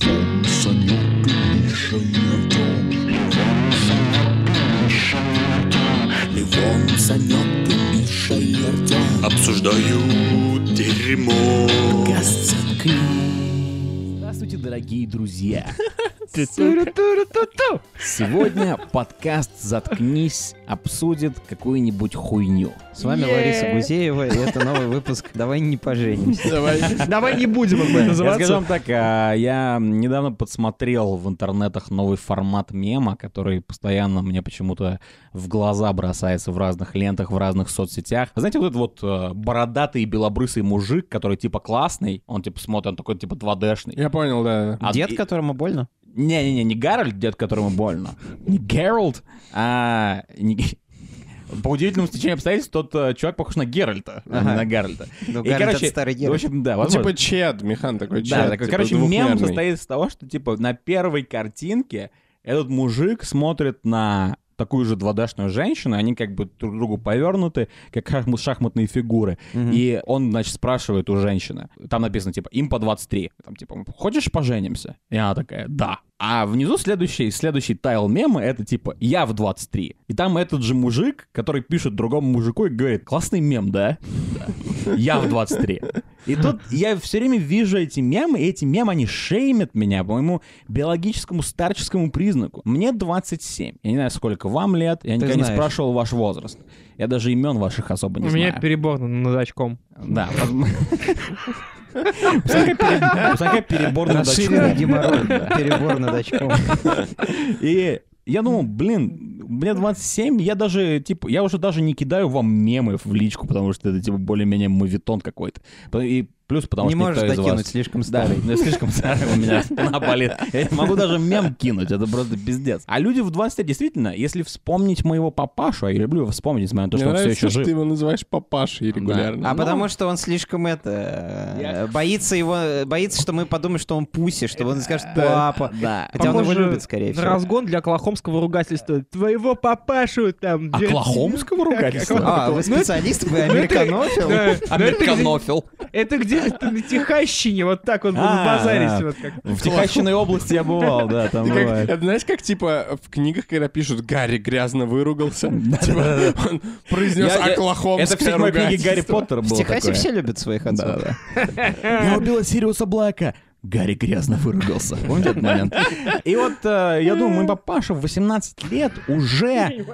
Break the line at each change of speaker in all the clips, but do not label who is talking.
Левон, Санек и Миша Евдом. Левон, Санек и Миша Евдом. Обсуждают дерьмо.
Здравствуйте, дорогие друзья! Сегодня подкаст «Заткнись» обсудит какую-нибудь хуйню.
С вами Лариса Гузеева, и это новый выпуск «Давай не поженимся».
Давай, давай не будем как будет
Я скажу
называться.
вам так, а, я недавно подсмотрел в интернетах новый формат мема, который постоянно мне почему-то в глаза бросается в разных лентах, в разных соцсетях. Знаете, вот этот вот э, бородатый белобрысый мужик, который типа классный, он типа смотрит, он такой типа 2D-шный.
Я понял, да. да.
А-
Дед,
и-
которому больно?
Не-не-не, не Гарольд, дед, которому больно. Не Геральт, а... не- По удивительному стечению обстоятельств, тот э, чувак похож на Геральта, а не
Ага.
на Гарольда.
Ну,
И,
Гарольд
короче,
это старый
В
дед.
общем, да,
Ну,
возможно.
Типа Чед, Механ такой Чед.
Да, такой,
типа
короче, мем
двухмерный.
состоит из того, что, типа, на первой картинке этот мужик смотрит на такую же 2D-шную женщину, они как бы друг к другу повернуты, как шахм- шахматные фигуры. И он, значит, спрашивает у женщины. Там написано, типа, им по 23. Там, типа, хочешь поженимся? И она такая, да. А внизу следующий, следующий тайл мема — это, типа, я в 23. И там этот же мужик, который пишет другому мужику и говорит, классный мем, да? Я в 23. И тут я все время вижу эти мемы, и эти мемы, они шеймят меня по моему биологическому старческому признаку. Мне 27. Я не знаю, сколько вам лет, я никогда не
знаешь.
спрашивал ваш возраст. Я даже имен ваших особо не
У
знаю.
меня перебор над- над очком.
Да. Пускай пере- пускай перебор над
Расширенный
очком.
геморрой, перебор над очком.
И я думал, блин, мне 27, я даже, типа, я уже даже не кидаю вам мемы в личку, потому что это, типа, более-менее мовитон какой-то. И плюс потому
Не
что
можешь
никто из вас-
докинуть, слишком
Да,
старый.
я слишком старый, у меня спина болит. Я не могу даже мем кинуть, это просто пиздец. А люди в 25, действительно, если вспомнить моего папашу, а я люблю его вспомнить, несмотря на то,
Мне
что он все
нравится,
еще
что ты
жив.
его называешь папашей регулярно.
А
Ну.
потому что он слишком это... э, Боится его... Боится, что мы подумаем, что он пуси, что он скажет «папа».
Да.
Хотя он его
Похоже
любит, скорее
на
всего.
разгон для оклахомского ругательства. Твоего папашу там...
А
дед-
клахомского ругательства?
А, вы специалист,
Ну,
вы
это-
американофил?
Да,
А
но Ну, это где-
Американофил.
Это где то на Тихайщине вот так вот
А,
базарить.
да.
вот как.
В Тихачной области я бывал, да, там
Ты как-
бывает.
это знаешь, как типа в книгах, когда пишут Гарри грязно выругался, типа он произнес
Я- я- Это
оклахомское
в седьмой книге Гарри Поттера
В
было
Техасе
такое.
все любят своих отцов.
Я убила Сириуса Блэка. Гарри грязно выругался. Помните этот момент? И вот, э, я думаю, мой папаша в 18 лет уже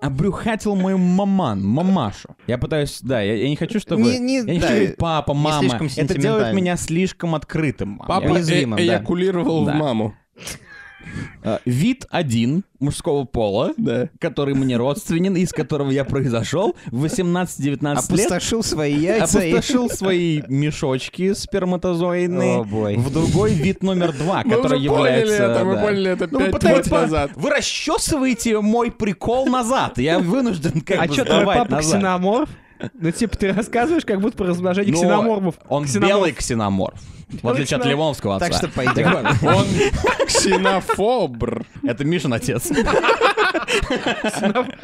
обрюхатил мою маман, мамашу. Я пытаюсь, да, я, я не хочу, чтобы...
Не- не-
я не
да,
хочу говорить папа,
не
мама.
слишком
Это делает
сентиментально.
меня слишком открытым.
Папа
Я-
Уязвимым,
э-
да.
эякулировал в
Да.
маму.
э, Вид один мужского пола,
Да.
который мне родственен, из которого я произошел, в
А
18-19 лет.
Опустошил свои яйца и...
опустошил свои мешочки сперматозоидные
О, бой.
в другой вид номер два,
Мы уже
который
поняли
является...
это, мы
да.
поняли это
Ну, вы
пять лет
пытаетесь по-
назад.
Вы расчесываете мой прикол назад. Я вынужден как
А
бы
что, твой
сдавать
папа
назад.
ксеноморф? Ну, типа, ты рассказываешь, как будто про размножение
Но
ксеноморфов.
Ну, Он
Ксеноморф.
белый ксеноморф. В отличие от
ксеноморф.
Ливоновского отца.
Так что пойдем.
Он ксенофобр.
Это Мишин отец.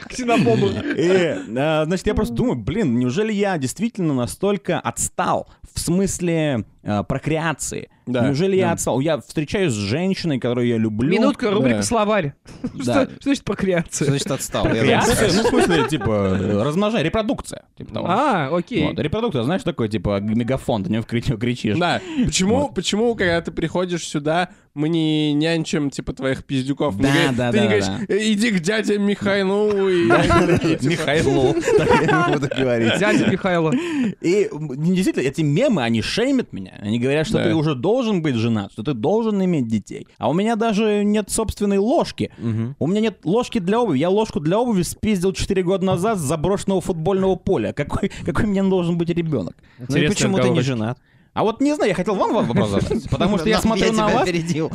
Ксеноморф.
И, э, значит, я просто думаю, блин, неужели я действительно настолько отстал в смысле э, прокреации?
Да,
неужели я отстал? Я встречаюсь с женщиной, которую я люблю.
Минутка, рубрика
Да.
«Словарь».
Да.
Что что значит
Что
прокреация?
значит отстал? Я
Я-
думаю,
Ну, в смысле, типа, размножай, репродукция. Типа того.
А, окей.
Вот, репродукция, знаешь, такой, типа, мегафон, ты не кричишь.
Да, почему, почему, когда ты приходишь сюда, мы не нянчим, типа, твоих пиздюков? Мы
Да,
говорим-
да,
ты не
да,
говоришь, «Э, иди к дяде Михайлу и...
Михайлу, ну, так я буду говорить.
Дядя Михайло.
И м, действительно, эти мемы, они шеймят меня. Они говорят, что
Да.
ты уже должен быть женат, что ты должен иметь детей. А у меня даже нет собственной ложки. У меня нет ложки для обуви. Я ложку для обуви спиздил 4 года назад с заброшенного футбольного поля. Какой, какой мне должен быть ребенок?
Ну и
Интересный
почему ты не
разговор.
женат?
А вот не знаю, я хотел вам вопрос задать. Потому что я
Ну,
смотрю на
тебя
вас,
опередил.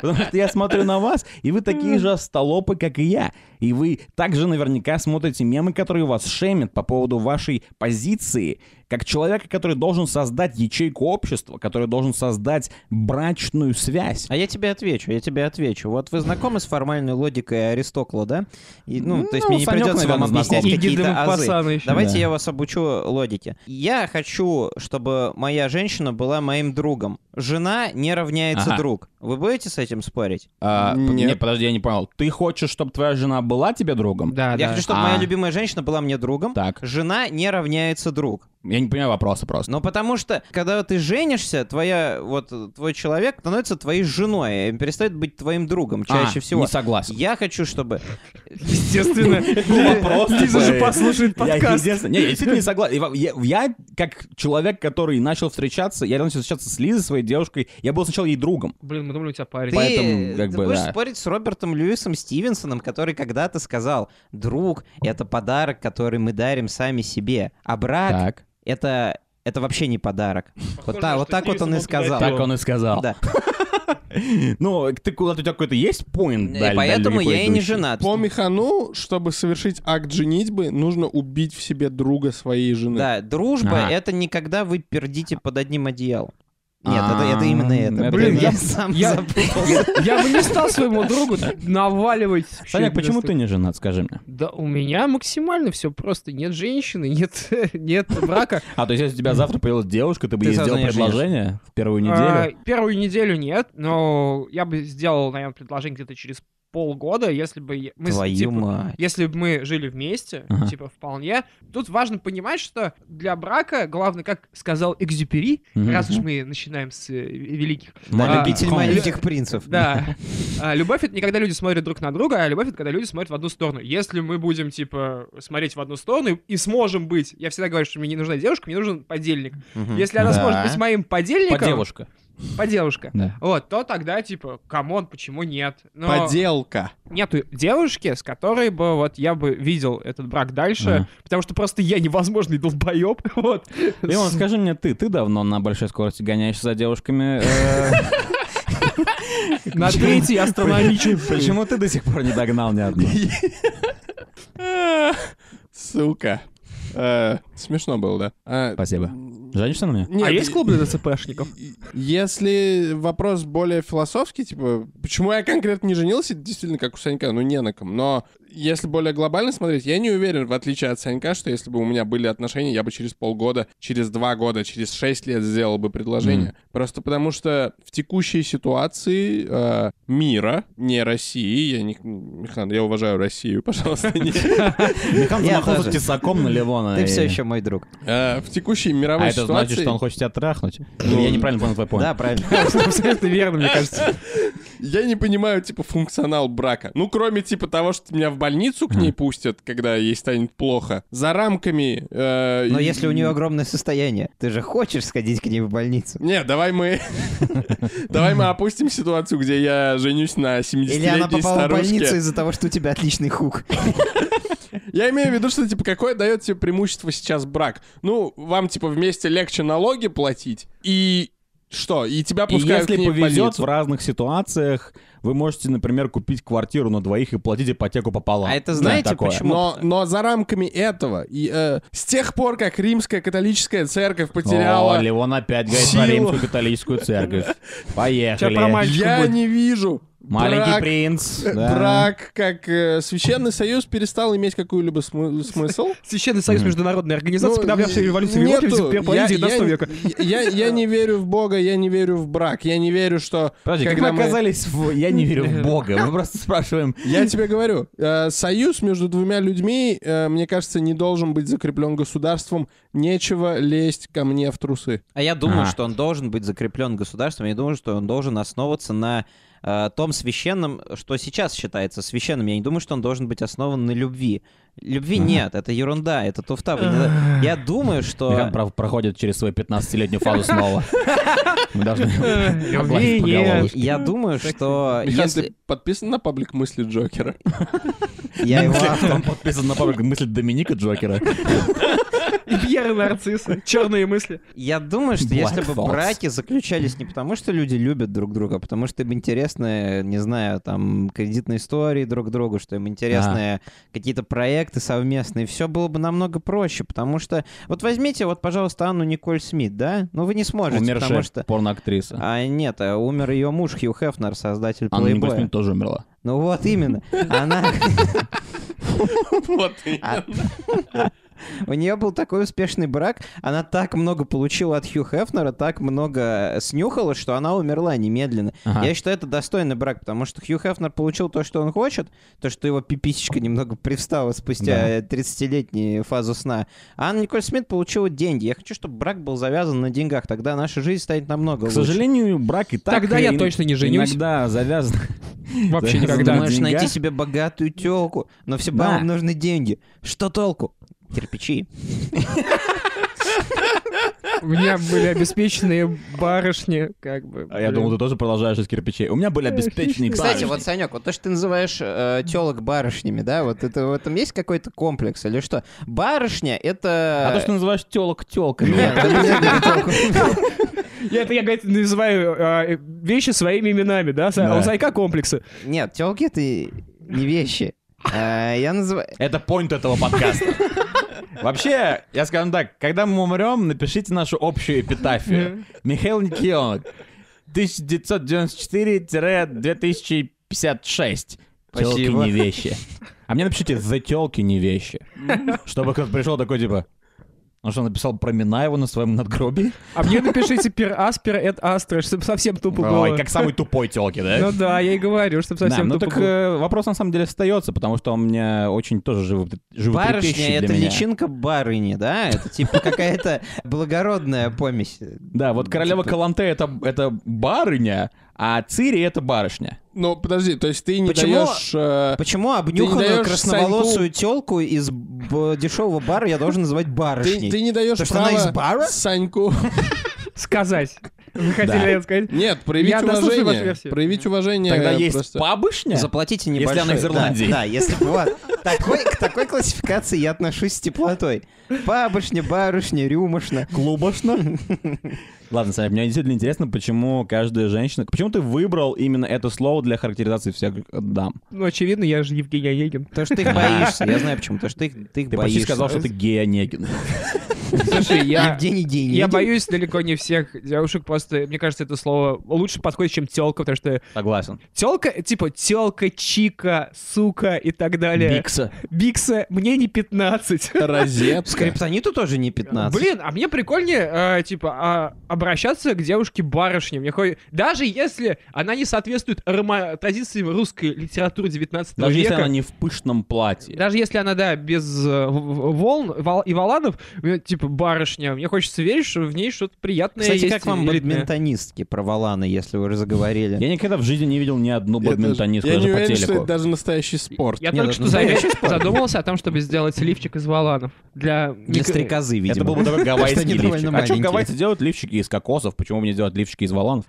Потому что я смотрю на вас, и вы такие же остолопы, как и я. И вы также наверняка смотрите мемы, которые вас шемят по поводу вашей позиции как человека, который должен создать ячейку общества, который должен создать брачную связь.
А я тебе отвечу, я тебе отвечу. Вот вы знакомы с формальной логикой Аристокла, да? И, ну, то есть
Ну,
мне не
Санёк,
придется вам
наверное,
объяснять
знаком.
И
какие-то азы.
Гидемопассана еще.
Давайте
Да.
я вас обучу логике. Я хочу, чтобы моя женщина была моим другом. Жена не равняется
Ага.
друг. Вы будете с этим спорить?
А, п-
Нет.
Не, подожди, я не понял. Ты хочешь, чтобы твоя жена была тебе другом?
Да,
я
да.
хочу, чтобы моя
А.
любимая женщина была мне другом.
Так.
Жена не равняется друг.
Я не понимаю вопроса просто.
Но потому что, когда ты женишься, твоя, вот, э, твой человек становится твоей женой, и перестает быть твоим другом Ну,
А,
чаще всего.
Не согласен.
Я хочу, чтобы...
Естественно. Ли- Лиза же
блин.
послушает
Я,
подкаст.
единственное- не, я действительно не согласен. Я, я, как человек, который начал встречаться, я начал встречаться с Лизой, своей девушкой, я был сначала ей другом.
Блин, мы думали, у тебя парень.
Ты,
Поэтому, как
ты
бы,
будешь
да.
спорить с Робертом Льюисом Стивенсоном, который когда-то сказал, друг — это подарок, который мы дарим сами себе, а брак
Так.
— это... Это вообще не подарок. вот так, вот, так вот он и сказал.
Так он и сказал.
Да.
Ну, ты куда-то у тебя какой-то есть поинт?
И поэтому я и не женат.
По механу, чтобы совершить акт женитьбы, нужно убить в себе друга своей жены.
Да, дружба
Ага.
это не когда вы пердите под одним одеялом. Нет,
А,
это, это именно это.
это
Блин,
именно
я
это.
сам
Я-
запутался.
Я бы не стал своему другу наваливать.
Саня,
чуть
почему
доступ-
ты не женат, скажи мне?
Да у меня максимально все просто. Нет женщины, нет, нет брака.
А, то есть, если у тебя завтра появилась девушка, ты бы
Ты
ей
сразу
сделал
на нее
предложение в первую неделю?
А, Первую неделю нет, но я бы сделал, наверное, предложение где-то через полгода, если бы я- мы с-
Твою
типа,
мать.
Если бы мы жили вместе,
Ага.
типа вполне. Тут важно понимать, что для брака главное, как сказал Экзюпери,
Мгм.
раз уж мы начинаем с э, великих.
Мой
а,
Любитель
а,
маленьких принцев.
Да. А, Любовь это не когда люди смотрят друг на друга, а любовь это когда люди смотрят в одну сторону. Если мы будем, типа, смотреть в одну сторону и сможем быть. Я всегда говорю, что мне не нужна девушка, мне нужен подельник.
Мгм.
Если она
Да.
сможет быть моим подельником,
Подевушка.
подевушка,
Да.
вот, то тогда, типа, камон, почему нет? Но
Поделка.
нету девушки, с которой бы вот я бы видел этот брак дальше,
Ага.
потому что просто я невозможный долбоеб, вот.
Леон, скажи мне ты, ты давно на большой скорости гоняешься за девушками? э,
На третий астрономический.
Почему ты до сих пор не догнал ни одну?
А, Сука. Э, Смешно было, да? А,
Спасибо. Женишься на мне?
Нет,
а есть клуб для ДЦПшников?
и- Если вопрос более философский, типа, почему я конкретно не женился, действительно, как у Санька, ну, не на ком. Но если более глобально смотреть, я не уверен, в отличие от Санька, что если бы у меня были отношения, я бы через полгода, через два года, через шесть лет сделал бы предложение. Просто потому что в текущей ситуации э, мира, не России, я не... Михан, я уважаю Россию, пожалуйста, не...
Михан
Я
замахнулся
тоже.
тесаком на Левона.
Ты
и-
все еще мой друг.
Э, В текущей
А
мировой
это значит,
ситуации...
что он хочет тебя трахнуть?
Ну,
Или Я неправильно понял твой
Да,
поинт.
правильно.
Абсолютно верно, мне кажется.
Я не понимаю, типа, функционал брака. Ну, кроме, типа, того, что меня в больницу к ней пустят, когда ей станет плохо. За рамками... э,
Но
и-
если у нее огромное состояние, ты же хочешь сходить к ней в больницу?
Не, давай мы... Давай мы опустим ситуацию, где я женюсь на
Или она
70-летней
попала в больницу
старушке.
из-за того, что у тебя отличный хук?
Я имею в виду, что, типа, какое дает тебе преимущество сейчас брак? Ну, вам, типа, вместе легче налоги платить, и... Что? И тебя
И
пускают
если
к ней в
повезет в
больницу.
разных ситуациях, вы можете, например, купить квартиру на двоих и платить ипотеку пополам.
А это
Да,
знаете
такое.
почему?
Но, но за рамками этого, и э, с тех пор, как римская католическая церковь потеряла...
О, Левон опять говорит про
силу.
римскую католическую церковь.
Сейчас про
Поехали.
мальчика. мальчиком
Я
будет.
не вижу.
Маленький
брак,
принц.
э,
да.
брак, как э, священный союз, перестал иметь какую-либо смы- смысл.
Священный союз международной организации,
Ну,
подавлявшей революцию в
нету.
Европе в первой
Я-
половине 19
я-
века.
Я я не верю в Бога, я не верю в брак, я не верю, что...
Подожди, как
когда
мы
мы-
оказались в... Я не верю в Бога. Мы просто спрашиваем.
Я тебе говорю, э, союз между двумя людьми, э, мне кажется, не должен быть закреплен государством. Нечего лезть ко мне в трусы.
А я думаю,
А.
что он должен быть закреплен государством. Я думаю, что он должен основываться на э, том священном, что сейчас считается священным. Я не думаю, что он должен быть основан на любви. Любви
Ага.
нет, это ерунда, это туфта. Вы не- Я думаю,
Михан
что...
прав- проходит через свою 15-летнюю фазу снова. Мы должны
Любви
погладить по
нет.
головушке.
Я думаю, что
Михан,
А если...
ты подписан на паблик мысли Джокера?
Я его автор.
Он подписан на паблик мысль Доминика Джокера.
И Пьеры нарциссы. Черные мысли.
Я думаю, что если
Black
бы
thoughts.
браки заключались не потому, что люди любят друг друга, а потому что им интересны, не знаю, там, кредитные истории друг другу, что им
А.
интересны какие-то проекты совместные, все было бы намного проще, потому что... Вот возьмите, вот, пожалуйста, Анну Николь Смит, да? Ну, вы не сможете, потому
Умершая
что...
порноактриса.
А нет, а умер ее муж Хью Хефнер, создатель
Анна Николь
Playboy.
Смит тоже умерла.
Ну вот именно. Она...
Вот и-
У нее был такой успешный брак, она так много получила от Хью Хефнера, так много снюхала, что она умерла немедленно.
Ага.
Я считаю, это достойный брак, потому что Хью Хефнер получил то, что он хочет, то, что его пиписечка немного привстала спустя 30-летнюю фазу сна. А Анна Николь Смит получила деньги. Я хочу, чтобы брак был завязан на деньгах, тогда наша жизнь станет намного
К
лучше.
сожалению, брак и так...
Тогда я
ин-
точно не женюсь.
Иногда завязан.
Вообще
Да.
никогда.
Ты можешь
деньгах?
найти себе богатую телку, но все
Да.
вам нужны деньги. Что толку? Кирпичи.
У меня были обеспеченные барышни, как бы.
А я
блин.
думал, ты тоже продолжаешь из кирпичей. У меня были обеспеченные
Кстати,
барышни.
вот, Санек, вот то, что ты называешь э, телок барышнями, да, вот это в этом есть какой-то комплекс или что? Барышня — это...
А то, что ты называешь телок телками.
э, Нет, это не телок.
Я, это, я говорит, называю а, э, вещи своими именами, да? Са-
Да.
а У Сайка комплексы.
Нет, телки — это не вещи. А, Я называю...
Это point этого подкаста. Вообще, я скажу так, когда мы умрем, напишите нашу общую эпитафию. Михаил Никионов, 1994-2056. Телки
Спасибо.
не вещи. А мне напишите «The телки не вещи». Чтобы кто-то пришел такой, типа, он что, написал про Минаева на своем надгробии?
А мне напишите пер аспер эт астра, чтобы совсем тупо было.
Ой, как самый тупой телки, да?
Ну да, я и говорю, чтобы
Да,
совсем
ну
тупо
так
было.
э, вопрос на самом деле остается, потому что он мне очень тоже живут,
Барышня — это
для меня.
личинка барыни, да? Это типа какая-то благородная помесь.
Да, вот королева
Типа-
Каланте это, это барыня, а Цири это барышня.
Ну, подожди, то есть ты не
Почему-
даешь... э,
Почему обнюханную
даёшь
красноволосую телку из б- дешевого бара я должен называть
Ты,
барышней?
ты не даешь
То, что она из
права
бара?
Саньку...
Сказать. Вы хотели это сказать?
Нет, проявить
Я дослушаю вашу
уважение.
версию.
Проявить уважение.
Тогда есть
просто.
пабышня.
Заплатите
Если
небольшой.
она из
да,
Ирландии.
Да, если бы вот. Такой, к такой классификации я отношусь с теплотой. Бабушня, барышня, рюмошна.
Клубошно. Ладно, Саня, мне действительно интересно, почему каждая женщина... Почему ты выбрал именно это слово для характеризации всех э, дам?
Ну, очевидно, я же Евгений Онегин.
То, что ты их боишься. Я знаю почему. То, что ты их, ты их
Ты
боишься.
почти сказал, что ты гей Онегин.
Слушай, я...
Евгений Денин.
Я боюсь далеко не всех девушек, просто, мне кажется, это слово лучше подходит, чем телка, потому что
Согласен.
телка, типа телка, чика, сука и так далее.
Бикса.
Бикса, мне не 15.
Розетка.
Скриптониту тоже не 15.
Блин, а мне прикольнее, э, типа, а, обращаться к девушке-барышне. Мне хоть... Даже если она не соответствует рома- традициям русской литературы 19
Даже
века.
если она не в пышном платье.
Даже если она, да, без э, в- в- волн вал- и валанов, мне, типа, барышня, мне хочется верить, что в ней что-то приятное
Кстати,
есть
как вам
элитное.
бадминтонистки про Валаны, если вы уже заговорили?
Я никогда в жизни не видел ни одну
Я даже-
бадминтонистку
Я не
даже по
уверен, что это
телеку.
даже настоящий спорт.
Я
Не,
только
ну,
что
ну,
завя- задумался о том чтобы сделать лифчик из валанов. Для,
Для
мик-
стрекозы, видимо.
Это был бы такой
Потому что
гавайский
они довольно
лифчик. А что
маленькие.
гавайцы делают лифчики из кокосов? Почему бы не делать лифчики из валанов?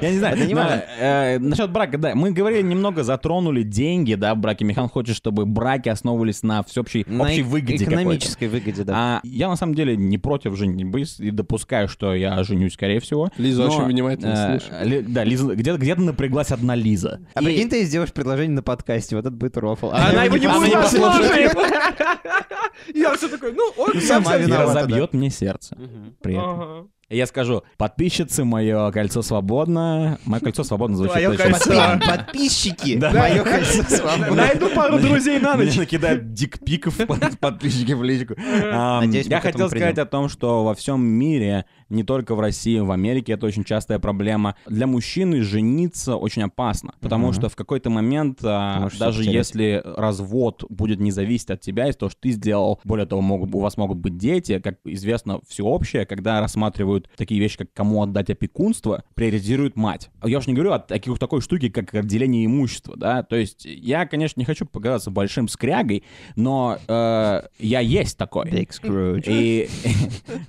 Я не знаю.
Это не
но,
важно.
э, Насчет брака, да. Мы говорили, немного затронули деньги, да, в браке. Михан хочет, чтобы браки основывались на всеобщей
На
общей
эк-
выгоде какой-то.
Экономической выгоде, да.
А я на самом деле не против женитьбы с- и допускаю, что я женюсь, скорее всего.
Лиза
Но,
очень внимательно
э,
слушает.
Ли- Да, Лиза, где-то где-то напряглась одна Лиза.
А прикинь, ты сделаешь предложение на подкасте, вот это будет рофл.
А Она его не
Она
будет
не
послушать. Я все такой, ну, он
сама
И
виновата, да.
разобьет мне сердце. При этом.
Ага.
Я скажу, подписчицы, мое кольцо свободно. Мое кольцо свободно звучит
Твоё
точно.
кольцо.
Подпи- Подписчики,
Да.
мое кольцо свободы.
Найду пару друзей на
Мне
ночь.
накидают дикпиков под- подписчики в личку. Ам,
Э, Надеюсь, мы
Я
к этому
хотел сказать
придем.
о том, что во всем мире, не только в России, в Америке, это очень частая проблема. Для мужчины жениться очень опасно, потому
Мгм.
что в какой-то момент, а,
Ты можешь всё
даже
потерять.
если развод будет не зависеть от тебя, из того, что ты сделал, более того, могут, у вас могут быть дети, как известно, всеобщее, когда рассматривают такие вещи, как кому отдать опекунство, приоритизирует мать. Я уж не говорю о таких, такой штуке, как отделение имущества, да, то есть я, конечно, не хочу показаться большим скрягой, но э, я есть такой.
Big Scrooge.
И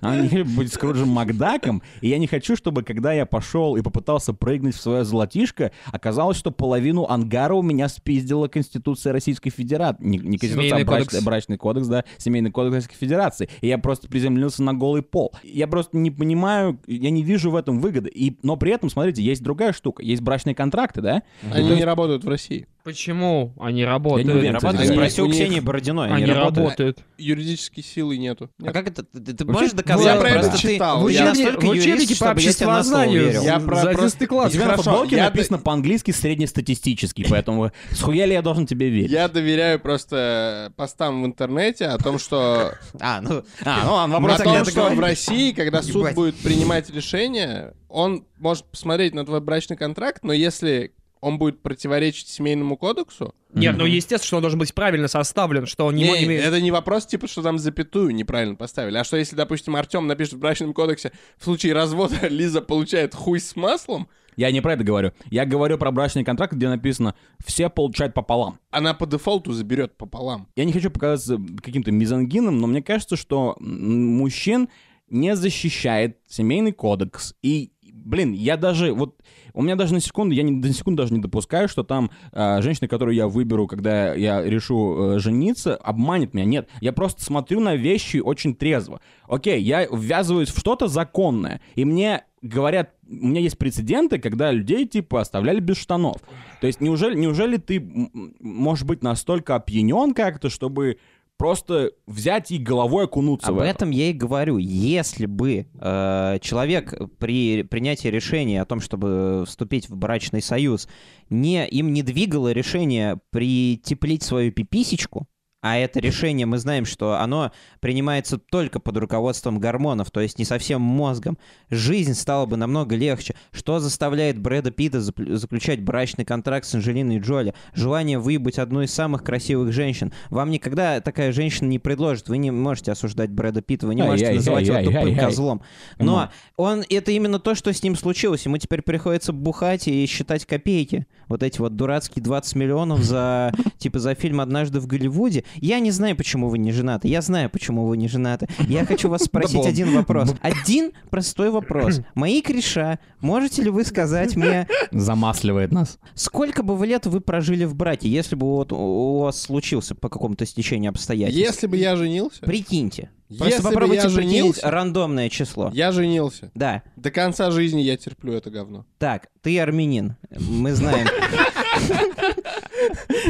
а, не хочу быть Скруджем бардаком, и я не хочу, чтобы, когда я пошел и попытался прыгнуть в свое золотишко, оказалось, что половину ангара у меня спиздила Конституция Российской Федерации. Не, не Конституция, а
Семейный
брач-
кодекс.
брачный кодекс, да, Семейный кодекс Российской Федерации. И я просто приземлился на голый пол. Я просто не понимаю, я не вижу в этом выгоды. И, но при этом, смотрите, есть другая штука. Есть брачные контракты, да?
Они не работают в России.
Почему они
Я не уверен,
работают?
кстати,
Работают?
они-
Спроси
у
у
них-
Ксении Бородиной.
Они работают.
Юридической силы нету.
А
Нет.
как это? Ты,
Вообще,
ты можешь
ну,
доказать?
я про это
Просто ты-
читал.
ты
В учебнике-
А настолько
в учебнике
юрист,
по
чтобы я тебе на слово
обществознанию.
верил.
За
Я про- просто-
11
У
класс.
тебя на
Хорошо,
футболке
я-
написано по-английски среднестатистический, поэтому схуя ли я должен тебе верить?
Я доверяю просто постам в интернете о том, что
А, ну, а, ну ладно, вопрос
о
тогда
том, что
такой.
в России, когда суд
Ебать.
будет принимать решение, он может посмотреть на твой брачный контракт, но если он будет противоречить семейному кодексу,
Нет, ну естественно, что он должен быть правильно составлен, что он не,
не,
имеет-
это не вопрос типа, что там запятую неправильно поставили, а что если, допустим, Артем напишет в брачном кодексе, в случае развода Лиза получает хуй с маслом,
Я не про это говорю. Я говорю про брачный контракт, где написано «все получают пополам».
она по дефолту заберет пополам.
Я не хочу показаться каким-то мизангином, но мне кажется, что м, мужчин не защищает семейный кодекс. И, блин, я даже, вот, у меня даже на секунду, я ни на секунду даже не допускаю, что там э, женщина, которую я выберу, когда я решу э, жениться, обманет меня. Нет, я просто смотрю на вещи очень трезво. Окей, я ввязываюсь в что-то законное, и мне говорят, у меня есть прецеденты, когда людей, типа, оставляли без штанов. То есть неужели, неужели ты м, м, можешь быть настолько опьянен как-то, чтобы просто взять и головой окунуться
Об
в это?
этом я и говорю. Если бы э, человек при принятии решения о том, чтобы вступить в брачный союз, не, им не двигало решение притеплить свою пиписечку, а это решение, мы знаем, что оно принимается только под руководством гормонов, то есть не совсем мозгом, жизнь стала бы намного легче. Что заставляет Брэда Питта запл- заключать брачный контракт с Анджелиной Джоли? Желание выебать одну из самых красивых женщин. Вам никогда такая женщина не предложит. Вы не можете осуждать Брэда Питта, вы не
Ай,
можете
ай,
называть
ай,
его
ай, ай,
тупым
ай.
козлом. Но он, это именно то, что с ним случилось. Ему теперь приходится бухать и считать копейки. Вот эти вот дурацкие 20 миллионов за, типа, за фильм «Однажды в Голливуде». Я не знаю, почему вы не женаты. Я знаю, почему вы не женаты. Я хочу вас спросить один вопрос. Один простой вопрос. Мои кореша, можете ли вы сказать мне,
Замасливает нас.
сколько бы вы лет вы прожили в браке, если бы вот у у вас случился по какому-то стечению обстоятельств?
Если бы я женился,
Прикиньте.
Если
Просто
бы я
попробуйте прикинуть
женился-
рандомное число.
я женился.
Да.
До конца жизни я терплю это говно.
Так, ты армянин. Мы знаем.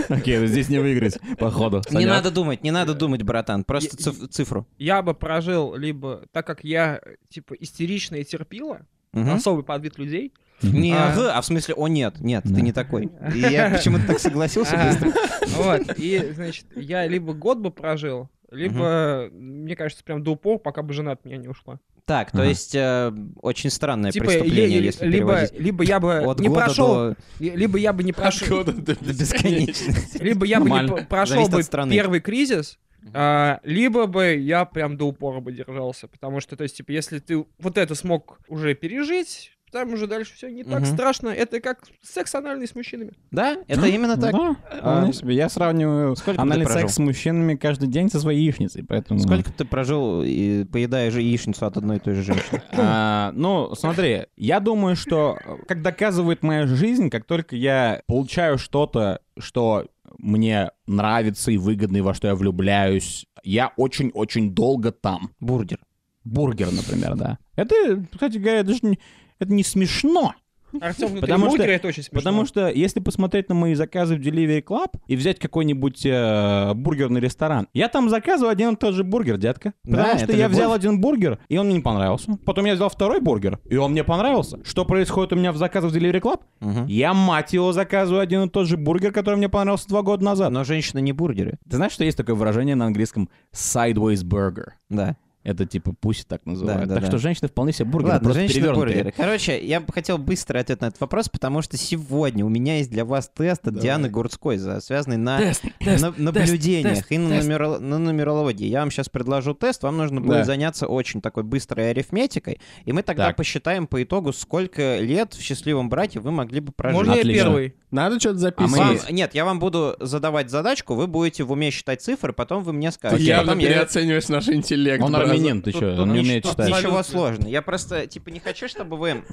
Окей, вот здесь не выиграть, походу.
Не
Санёк.
надо думать, не надо думать, братан. Просто
Я-
циф- цифру.
Я бы прожил либо, так как я, э, типа, истерично и терпила,
Мгм.
особый подвид людей.
Не,
А.
ага, а в смысле, о нет, нет,
Да.
ты не такой. И Я почему-то так согласился
А,
быстро.
Вот, и, значит, я либо год бы прожил, либо, мне кажется, прям до упор, пока бы жена от меня не ушла.
Так, то
Ага.
есть э, очень странное
Типа,
преступление,
ли-
если
либо,
переводить.
либо я бы
От
не
года
прошел,
до-
ли- либо я бы не прошел,
Откуда ты
до бесконечности.
либо я бы не
Нормально.
п- прошел
Зависит
бы
от страны.
первый кризис, а, либо бы я прям до упора бы держался, потому что, то есть, типа, если ты вот это смог уже пережить, там уже дальше все не так
Мгм.
страшно. Это как секс анальный с мужчинами.
Да, это именно так.
Да, вполне Ну, себе. Я сравниваю
сколько бы
анальный
ты прожил?
секс с мужчинами каждый день со своей яичницей, поэтому...
Сколько ты прожил, и поедая же яичницу от одной и той же женщины?
А, ну, смотри, я думаю, что, как доказывает моя жизнь, как только я получаю что-то, что мне нравится и выгодно, и во что я влюбляюсь, я очень-очень долго там.
Бургер.
Бургер, например, да. Это, кстати говоря, даже не, это не смешно.
Артем внутри
Потому что-
бургера, это очень смешно.
Потому что если посмотреть на мои заказы в Delivery Club и взять какой-нибудь э, бургерный ресторан, я там заказываю один и тот же бургер, детка.
Да,
Потому что
это
я
любовь.
взял один бургер, и он мне не понравился. Потом я взял второй бургер, и он мне понравился. Что происходит у меня в заказах в Delivery Club?
Мгм.
Я, мать его, заказываю один и тот же бургер, который мне понравился два года назад.
Но женщины не бургеры.
Ты знаешь, что есть такое выражение на английском «sideways burger»?
Да.
Это типа пусть так называют.
да,
так
да.
что женщины вполне себе бургеры,
Ладно,
просто
женщины
перевёрнутые.
бургеры. Короче, я бы хотел быстро ответ на этот вопрос, потому что сегодня у меня есть для вас тест от Дианы Гурцкой, за- связанный на, на- наблюдениях и на, нумеро- на нумерологии. Я вам сейчас предложу тест, вам нужно будет
Да.
заняться очень такой быстрой арифметикой, и мы тогда
Так.
посчитаем по итогу, сколько лет в счастливом браке вы могли бы прожить.
Можно я
Отлично.
первый?
Надо что-то
А мы-
Вам-
записывать.
нет, я вам буду задавать задачку, вы будете в уме считать цифры, потом вы мне
Ты
скажете.
явно
А потом я-
переоцениваешь наш интеллект.
Он
брат.
феминин, ты
Тут-
чё,
тут
он не
нич-
умеет
тут
читать.
Ничего сложного. Я просто, типа, не хочу, чтобы вы...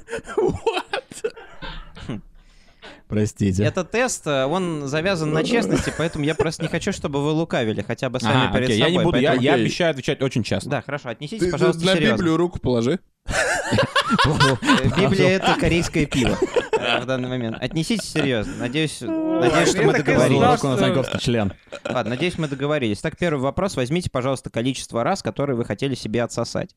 Простите.
Этот тест, э, он завязан на честности, поэтому я просто не хочу, чтобы вы лукавили хотя бы сами
Ага,
перед
окей,
собой.
я не буду, я,
поэтому-
я обещаю отвечать очень часто.
Да, хорошо, отнеситесь,
Ты
пожалуйста,
на
серьезно.
Библию руку положи.
Э, Библия — это корейское пиво э, в данный момент. Отнеситесь серьезно. Надеюсь, надеюсь, что
я
мы
так и знал,
договорились.
что-
Как у нас Санковский член.
Ладно, надеюсь, мы договорились. Так, первый вопрос. Возьмите, пожалуйста, количество раз, которые вы хотели себе отсосать.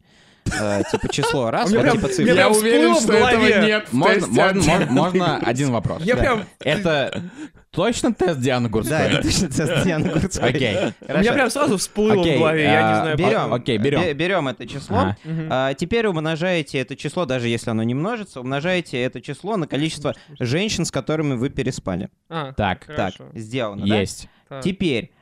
Э, типа число раз,
А меня
вот
прям-
типа
меня
цифры.
Я
прям
уверен,
всплыло в
что этого
голове.
нет в
Можно,
тесте
можно,
ответа.
можно- можно один вопрос.
Я
Да.
прям-
Это точно тест Дианы Гурской?
Да, это точно тест Дианы Гурцкой.
Окей.
У меня прям сразу всплыло
Окей,
в голове, я
а,
не знаю.
бе-
Берем.
Окей, берем.
Бе- Берем это число.
Ага.
А, теперь умножаете это число, даже если оно не множится, умножаете это число на количество женщин, с которыми вы переспали.
А,
Так,
хорошо. А.
Так, сделано, да?
Есть.
Так.
Теперь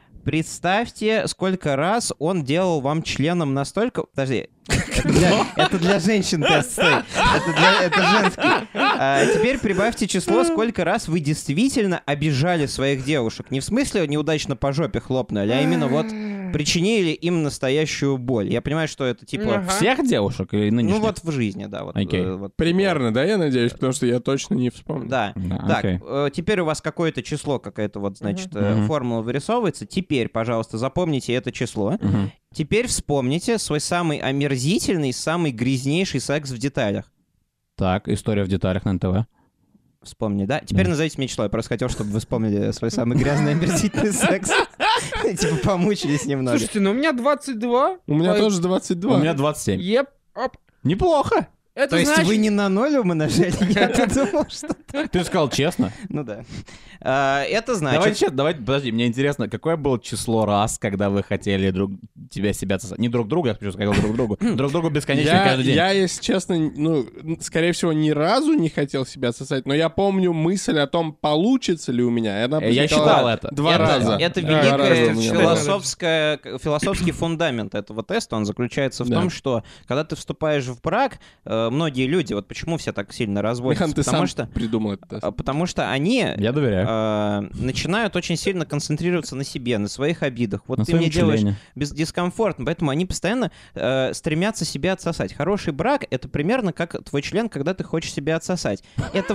представьте, сколько раз он делал вам членом настолько... Подожди. Это для, это для женщин тест, стой. Это, для, это женский. А, теперь прибавьте число, сколько раз вы действительно обижали своих девушек. Не в смысле неудачно по жопе хлопнули, а именно вот причинили им настоящую боль. Я понимаю, что это типа...
Ага.
Всех девушек или нынешних?
Ну вот в жизни, да. Вот,
Окей.
э, вот. э,
Примерно, да, я надеюсь, потому что я точно не вспомню.
Да.
Да,
Так,
А, окей.
э, теперь у вас какое-то число, какая-то вот, значит, э,
Мгм.
формула вырисовывается. Теперь, пожалуйста, запомните это число.
Мгм.
Теперь вспомните свой самый омерзительный, самый грязнейший секс в деталях.
Так, история в деталях на НТВ.
Вспомни, да? Теперь
Да.
назовите мне число. Я просто хотел, чтобы вы вспомнили свой самый грязный, омерзительный секс. Типа помучились немного.
Слушайте, ну у меня 22.
У меня
а,
тоже 22.
У меня 27.
Еп, оп.
Неплохо.
Это
То есть
значит...
вы не на ноль умножали? Я думал, что...
Ты сказал честно.
Ну да. А, Это
Давай,
значит...
честно, давай, подожди, мне интересно, какое было число раз, когда вы хотели друг тебя себя сосать? Не друг друга, я хочу сказать, а друг другу. Друг другу бесконечно
я,
каждый день.
я, если честно, ну, скорее всего, ни разу не хотел себя сосать, но я помню мысль о том, получится ли у меня. и она
Э, я
возникала
считал это.
Два
это,
раза.
Это
Два раза у
великая
меня было.
философская, философский фундамент этого теста. Он заключается в
Да.
том, что когда ты вступаешь в брак, э, многие люди, вот почему все так сильно разводятся,
Михан, ты
потому
сам
что
придумал этот тест.
А, Потому что они
Я доверяю.
э, начинают очень сильно концентрироваться на себе, на своих обидах. Вот
на
ты мне
своем
делаешь
члене.
без дискомфортно, поэтому они постоянно э, стремятся себя отсосать. Хороший брак — это примерно как твой член, когда ты хочешь себя отсосать. Это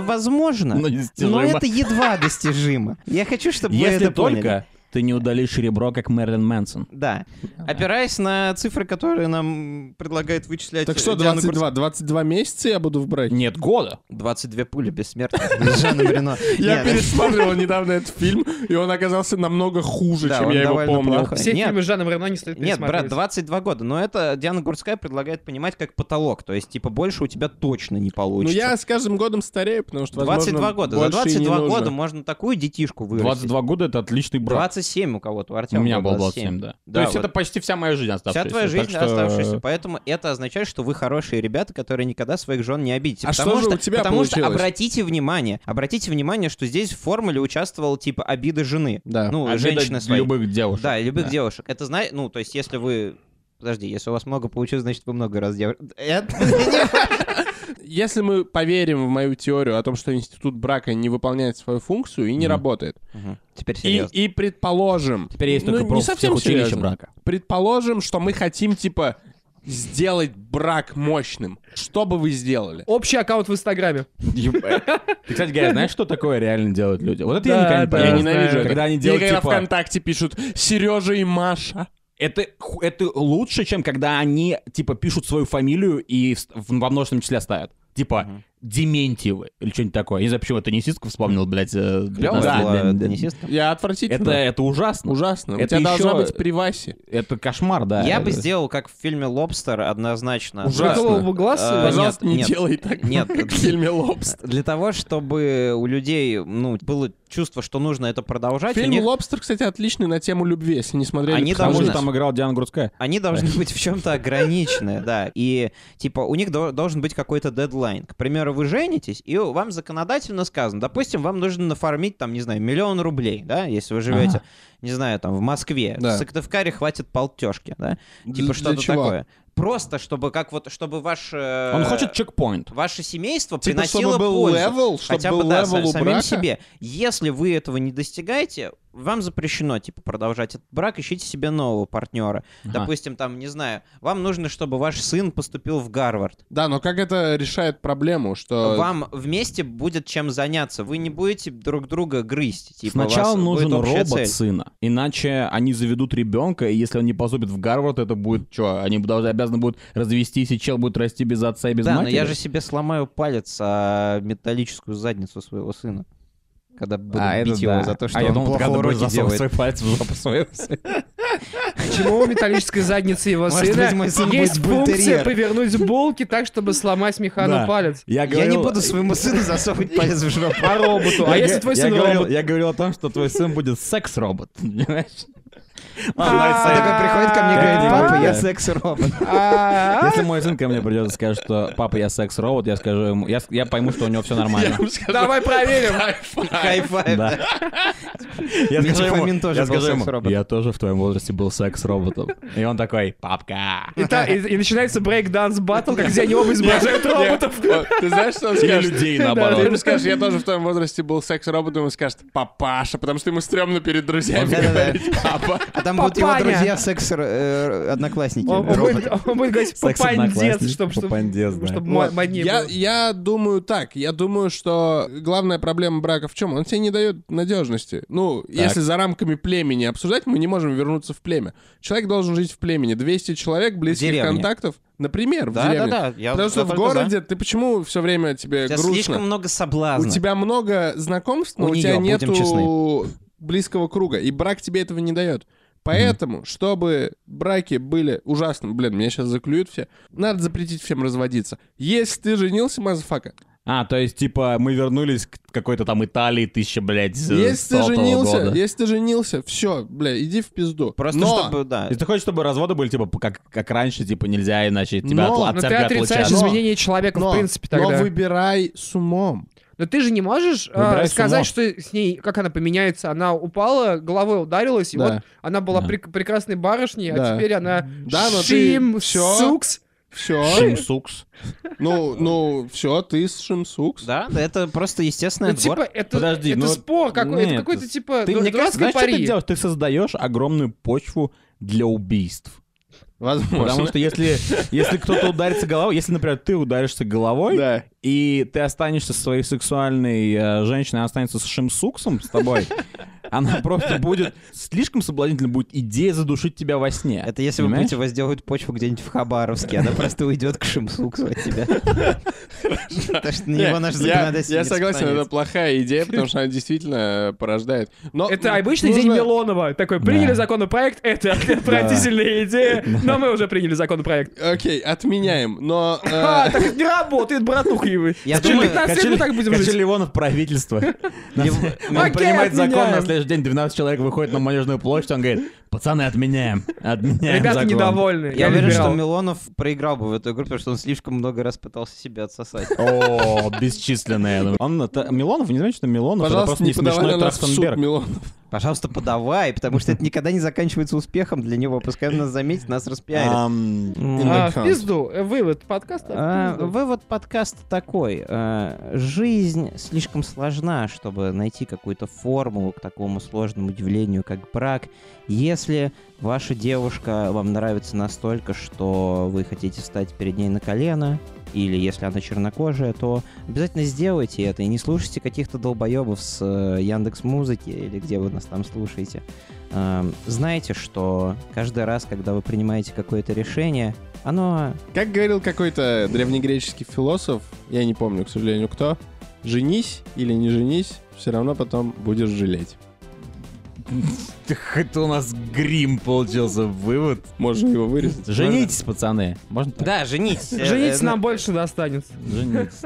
возможно,
Но
но
недостижимо.
это едва достижимо. Я хочу, чтобы вы
Если
это
только
поняли.
ты не удалишь ребро, как Мерлин Мэнсон.
Да. Опираясь на цифры, которые нам предлагает вычислять...
Так что,
Диана Курс-
22? 22 месяца я буду в браке?
Нет года.
22 пули бессмертных с Жаном Рено.
Я
Нет,
пересматривал недавно этот фильм, и он оказался намного хуже,
Да,
чем
он
я его
довольно
помнил.
плохой.
Все
Нет.
фильмы с Жаном Рено не стоит
Нет, брат,
пересматривать.
22 года. Но это Диана Гурская предлагает понимать как потолок. То есть, типа, больше у тебя точно не
Ну,
получится.
я с каждым годом старею, потому что, возможно,
22 года. За
больше и не
22
нужно.
года можно такую детишку вырастить.
22 года — это отличный брак.
27 у кого-то, у Артема
У меня
было
был 27, да.
Да,
То есть
вот.
это почти вся моя жизнь
Вся
оставшаяся.
твоя жизнь
так что-
оставшаяся. Поэтому это означает, что вы хорошие ребята, которые никогда своих жен не обидите.
А
потому
что же
что,
у тебя
Потому что
получилось?
обратите внимание, обратите внимание, что здесь в формуле участвовал типа обида жены.
Да.
Ну,
Обида
женщины своей.
любых девушек.
Да, любых девушек. Это знаешь, ну, то есть, если вы. Подожди, если у вас много получилось, значит, вы много раз девушек. Это не
Если мы поверим в мою теорию о том, что институт брака не выполняет свою функцию и не
Мгм.
работает,
Мгм. Теперь
и,
серьезно.
и предположим,
Теперь есть
Ну,
только
не
просто
совсем
всех училища
серьезно.
брака.
предположим, что мы хотим, типа, сделать брак мощным. Что бы вы сделали?
Общий аккаунт в Инстаграме.
Ебать. Ты, кстати говоря, знаешь, что такое реально делают люди? Вот это я
Да,
никогда не
да,
понимаю.
Я ненавижу
знаю.
это.
Когда они
Или
делают,
когда
типа,
ВКонтакте пишут «Сережа и Маша».
это, ху- это лучше, чем когда они, типа, пишут свою фамилию и вс- в- во множественном числе ставят. Типа, Дементьевы или что-нибудь такое. Я не знаю, почему я теннисистку вспомнил, блядь. э, 15
Да,
лет.
Была
Да, да.
теннисистка.
Я отвратительно.
Это, это ужасно.
Ужасно.
Это
У тебя должна
еще-
быть приваси.
Это кошмар, да. Э,
Я бы
Это-
сделал, как в фильме «Лобстер», однозначно.
Ужасно.
Какого
А,
глаза?
Пожалуйста,
нет,
не
нет.
делай так,
Нет.
как в фильме «Лобстер».
Для того, чтобы у людей ну, было чувство, что нужно это продолжать, у
Фильм
них-
«Лобстер», кстати, отличный на тему любви, если не смотрели.
Они
К тому
«Психологию».
же
должны-
там играл Диана Грудская.
они должны быть в чем-то ограничены, да. И типа у них до- должен быть какой-то дедлайн. К примеру, вы женитесь, и вам законодательно сказано, допустим, вам нужно нафармить, там, не знаю, миллион рублей, да, если вы живете,
Ага.
не знаю, там, в Москве.
Да.
В Сыктывкаре хватит полтешки, да.
Для-
Типа
для
что-то
чего?
такое. просто, чтобы как вот, чтобы ваш... э,
Он хочет чекпоинт.
Ваше семейство
Типа,
приносило
чтобы был
пользу.
левел, чтобы
хотя
был
бы, да, са-
левел у
самим
брака.
себе. Если вы этого не достигаете, вам запрещено, типа, продолжать этот брак, ищите себе нового партнера.
Ага.
Допустим, там, не знаю, вам нужно, чтобы ваш сын поступил в Гарвард.
Да, но как это решает проблему,
Э,
что...
Вам вместе будет чем заняться. Вы не будете друг друга грызть. Типа, у вас
Сначала
будет
нужен
общая
робот
цель.
сына, иначе они заведут ребенка, и если он не поступит в Гарвард, это будет что? Они даже обязаны будут развестись, и чел будет расти без отца и без
да,
матери.
но я же себе сломаю палец о металлическую задницу своего сына. Когда буду
а, это
бить его
да.
за то, что
а я
он
думал, ты
плохо
когда будешь
уроки
засовывать
делает.
свой палец в жопу своего сына.
Почему у металлической задницы его
Может
сына
быть, мой сын
есть
будет
функция
бультерьер.
повернуть булки так, чтобы сломать
Да.
механу палец?
Я,
Я
говорил,
не буду своему сыну засовывать палец в жопу.
По роботу. А
я
если
г-
твой
я
сын
говорил,
робот?
Я говорил о том, что твой сын будет секс-робот, понимаешь?
Он такой приходит ко мне и говорит,
Да.
папа, я секс-робот.
А,
Если мой сын ко мне придет и скажет, что папа, я секс-робот, я скажу ему, я, с- я пойму, что у него все нормально.
Давай проверим.
Хай-файв.
Да. Я
Митя
скажу
Фомин
ему,
тоже
я
был
скажу ему,
секс-роботом.
я тоже в твоем возрасте был секс-роботом. И он такой, папка.
И, та- и- и начинается брейк-данс батл, как где они оба изображают роботов.
Нет, вот Ты знаешь, что он
И
скажет?
людей
Ты ему
наоборот.
скажешь, я тоже в твоем возрасте был секс-роботом, и скажет, папаша, потому что ему стрёмно перед друзьями
Да-да-да.
говорить, папа.
А там будут его
Папаня.
друзья э, секс-одноклассники.
Он, он будет, он будет говорить попандец,
Секс-одноклассник,
чтобы, чтобы,
попандец, да.
чтобы
Вот.
ма- моднее
я,
было.
я думаю так. Я думаю, что главная проблема брака в чем? Он тебе не дает надежности. Ну, если за рамками племени обсуждать, мы не можем вернуться в племя. Человек должен жить в племени. 200 человек, близких
деревне.
контактов, например, в деревне.
Да-да-да. я
Потому
за
что в
только за.
городе ты почему все время тебе
У тебя
Э, грустно?
слишком много
У
соблазна.
тебя много знакомств, но
У
у, тебя
неё, будем
нету близкого круга, и брак тебе этого не дает. Поэтому, чтобы браки были ужасны, блин, меня сейчас заклюют все, надо запретить всем разводиться. Если ты женился, мазафака,
А, то есть, типа, мы вернулись к какой-то там Италии тысяча, блядь, с-
если ты
100-го
женился,
года.
если ты женился, все, бля, иди в пизду.
Просто
Но
чтобы, да.
Если ты хочешь, чтобы разводы были, типа, как, как раньше, типа, нельзя, иначе тебя
Но-
отла-
но
от
Но Ну, ты
церкви
отрицаешь
отлучат.
Но-
изменение человека,
но-
в принципе,
но
тогда.
выбирай с умом.
Но ты же не можешь а,
Выбирай с ума.
сказать, что с ней, как она поменяется, она упала, головой ударилась, и
Да.
вот она была
Да.
прек- прекрасной барышней,
Да.
а теперь она
Да, но ты
шим,
всё.
сукс.
Все.
Шимсукс.
Ну, ну, все, ты с шимсукс.
Да, это просто естественный
Ну,
отбор.
типа, это,
Подожди,
это
ну,
спор какой,
нет,
это какой-то,
ты-
типа,
Ты,
ду-
мне кажется,
дурацкое
знаешь, что ты
пари.
делаешь? Ты создаешь огромную почву для убийств.
Возможно.
Потому что если, если кто-то ударится головой, если, например, ты ударишься головой,
Да.
и ты останешься со своей сексуальной э, женщиной, она останется с Шимсуксом с тобой, она просто будет... Слишком соблазнительно будет идея задушить тебя во сне.
Это если вы
Понимаешь?
будете возделывать почву где-нибудь в Хабаровске, она просто уйдет к Шимсуксу от тебя. Потому что на него
Не,
наше
я-
законодательство
Я
не
согласен, это
распространяется.
плохая идея, потому что она действительно порождает. Но
Это
Ну,
обычный день
нужно-
Милонова. Такой, приняли
Да.
законопроект, это отвратительная идея, но мы уже приняли законопроект.
Окей, отменяем, но... э,
А, так это не работает, братух его.
Я
Через
думаю,
15 лет мы так будем жить.
Ливонов правительство. Ну, Он
Окей,
принимает закон, на
отменяем.
следующий день 12 человек выходит на Манежную площадь, он говорит, пацаны, отменяем. Отменяем
Ребята
закон».
недовольны.
Я уверен, что
либерал.
Милонов проиграл бы в эту игру, потому что он слишком много раз пытался себя отсосать.
О, бесчисленные. Он, это- Милонов, не знаете, что Милонов, это просто
Пожалуйста, не
не
подавай на
смешной
нас в суд,
Трахтенберг.
Милонов.
Пожалуйста, подавай, потому что это никогда не заканчивается успехом для него. Пускай он нас заметит, нас распиарит. Ну,
Ам,
М.
А,
the
в
count.
пизду. Э, Вывод подкаста.
А,
в пизду.
Вывод подкаста такой. а, Жизнь слишком сложна, чтобы найти какую-то формулу к такому сложному удивлению, как брак. Если ваша девушка вам нравится настолько, что вы хотите встать перед ней на колено, или если она чернокожая, то обязательно сделайте это и не слушайте каких-то долбоебов с э, Яндекс Музыки или где вы нас там слушаете. Ам, Знайте, что каждый раз, когда вы принимаете какое-то решение, оно
Как говорил какой-то древнегреческий философ, я не помню, к сожалению, кто, женись или не женись, все равно потом будешь жалеть.
Так Это у нас грим получился вывод.
Можно его вырезать.
Женитесь, пацаны. Можно так?
Да, женитесь. Э,
Жениться
э,
нам больше достанется.
Женитесь.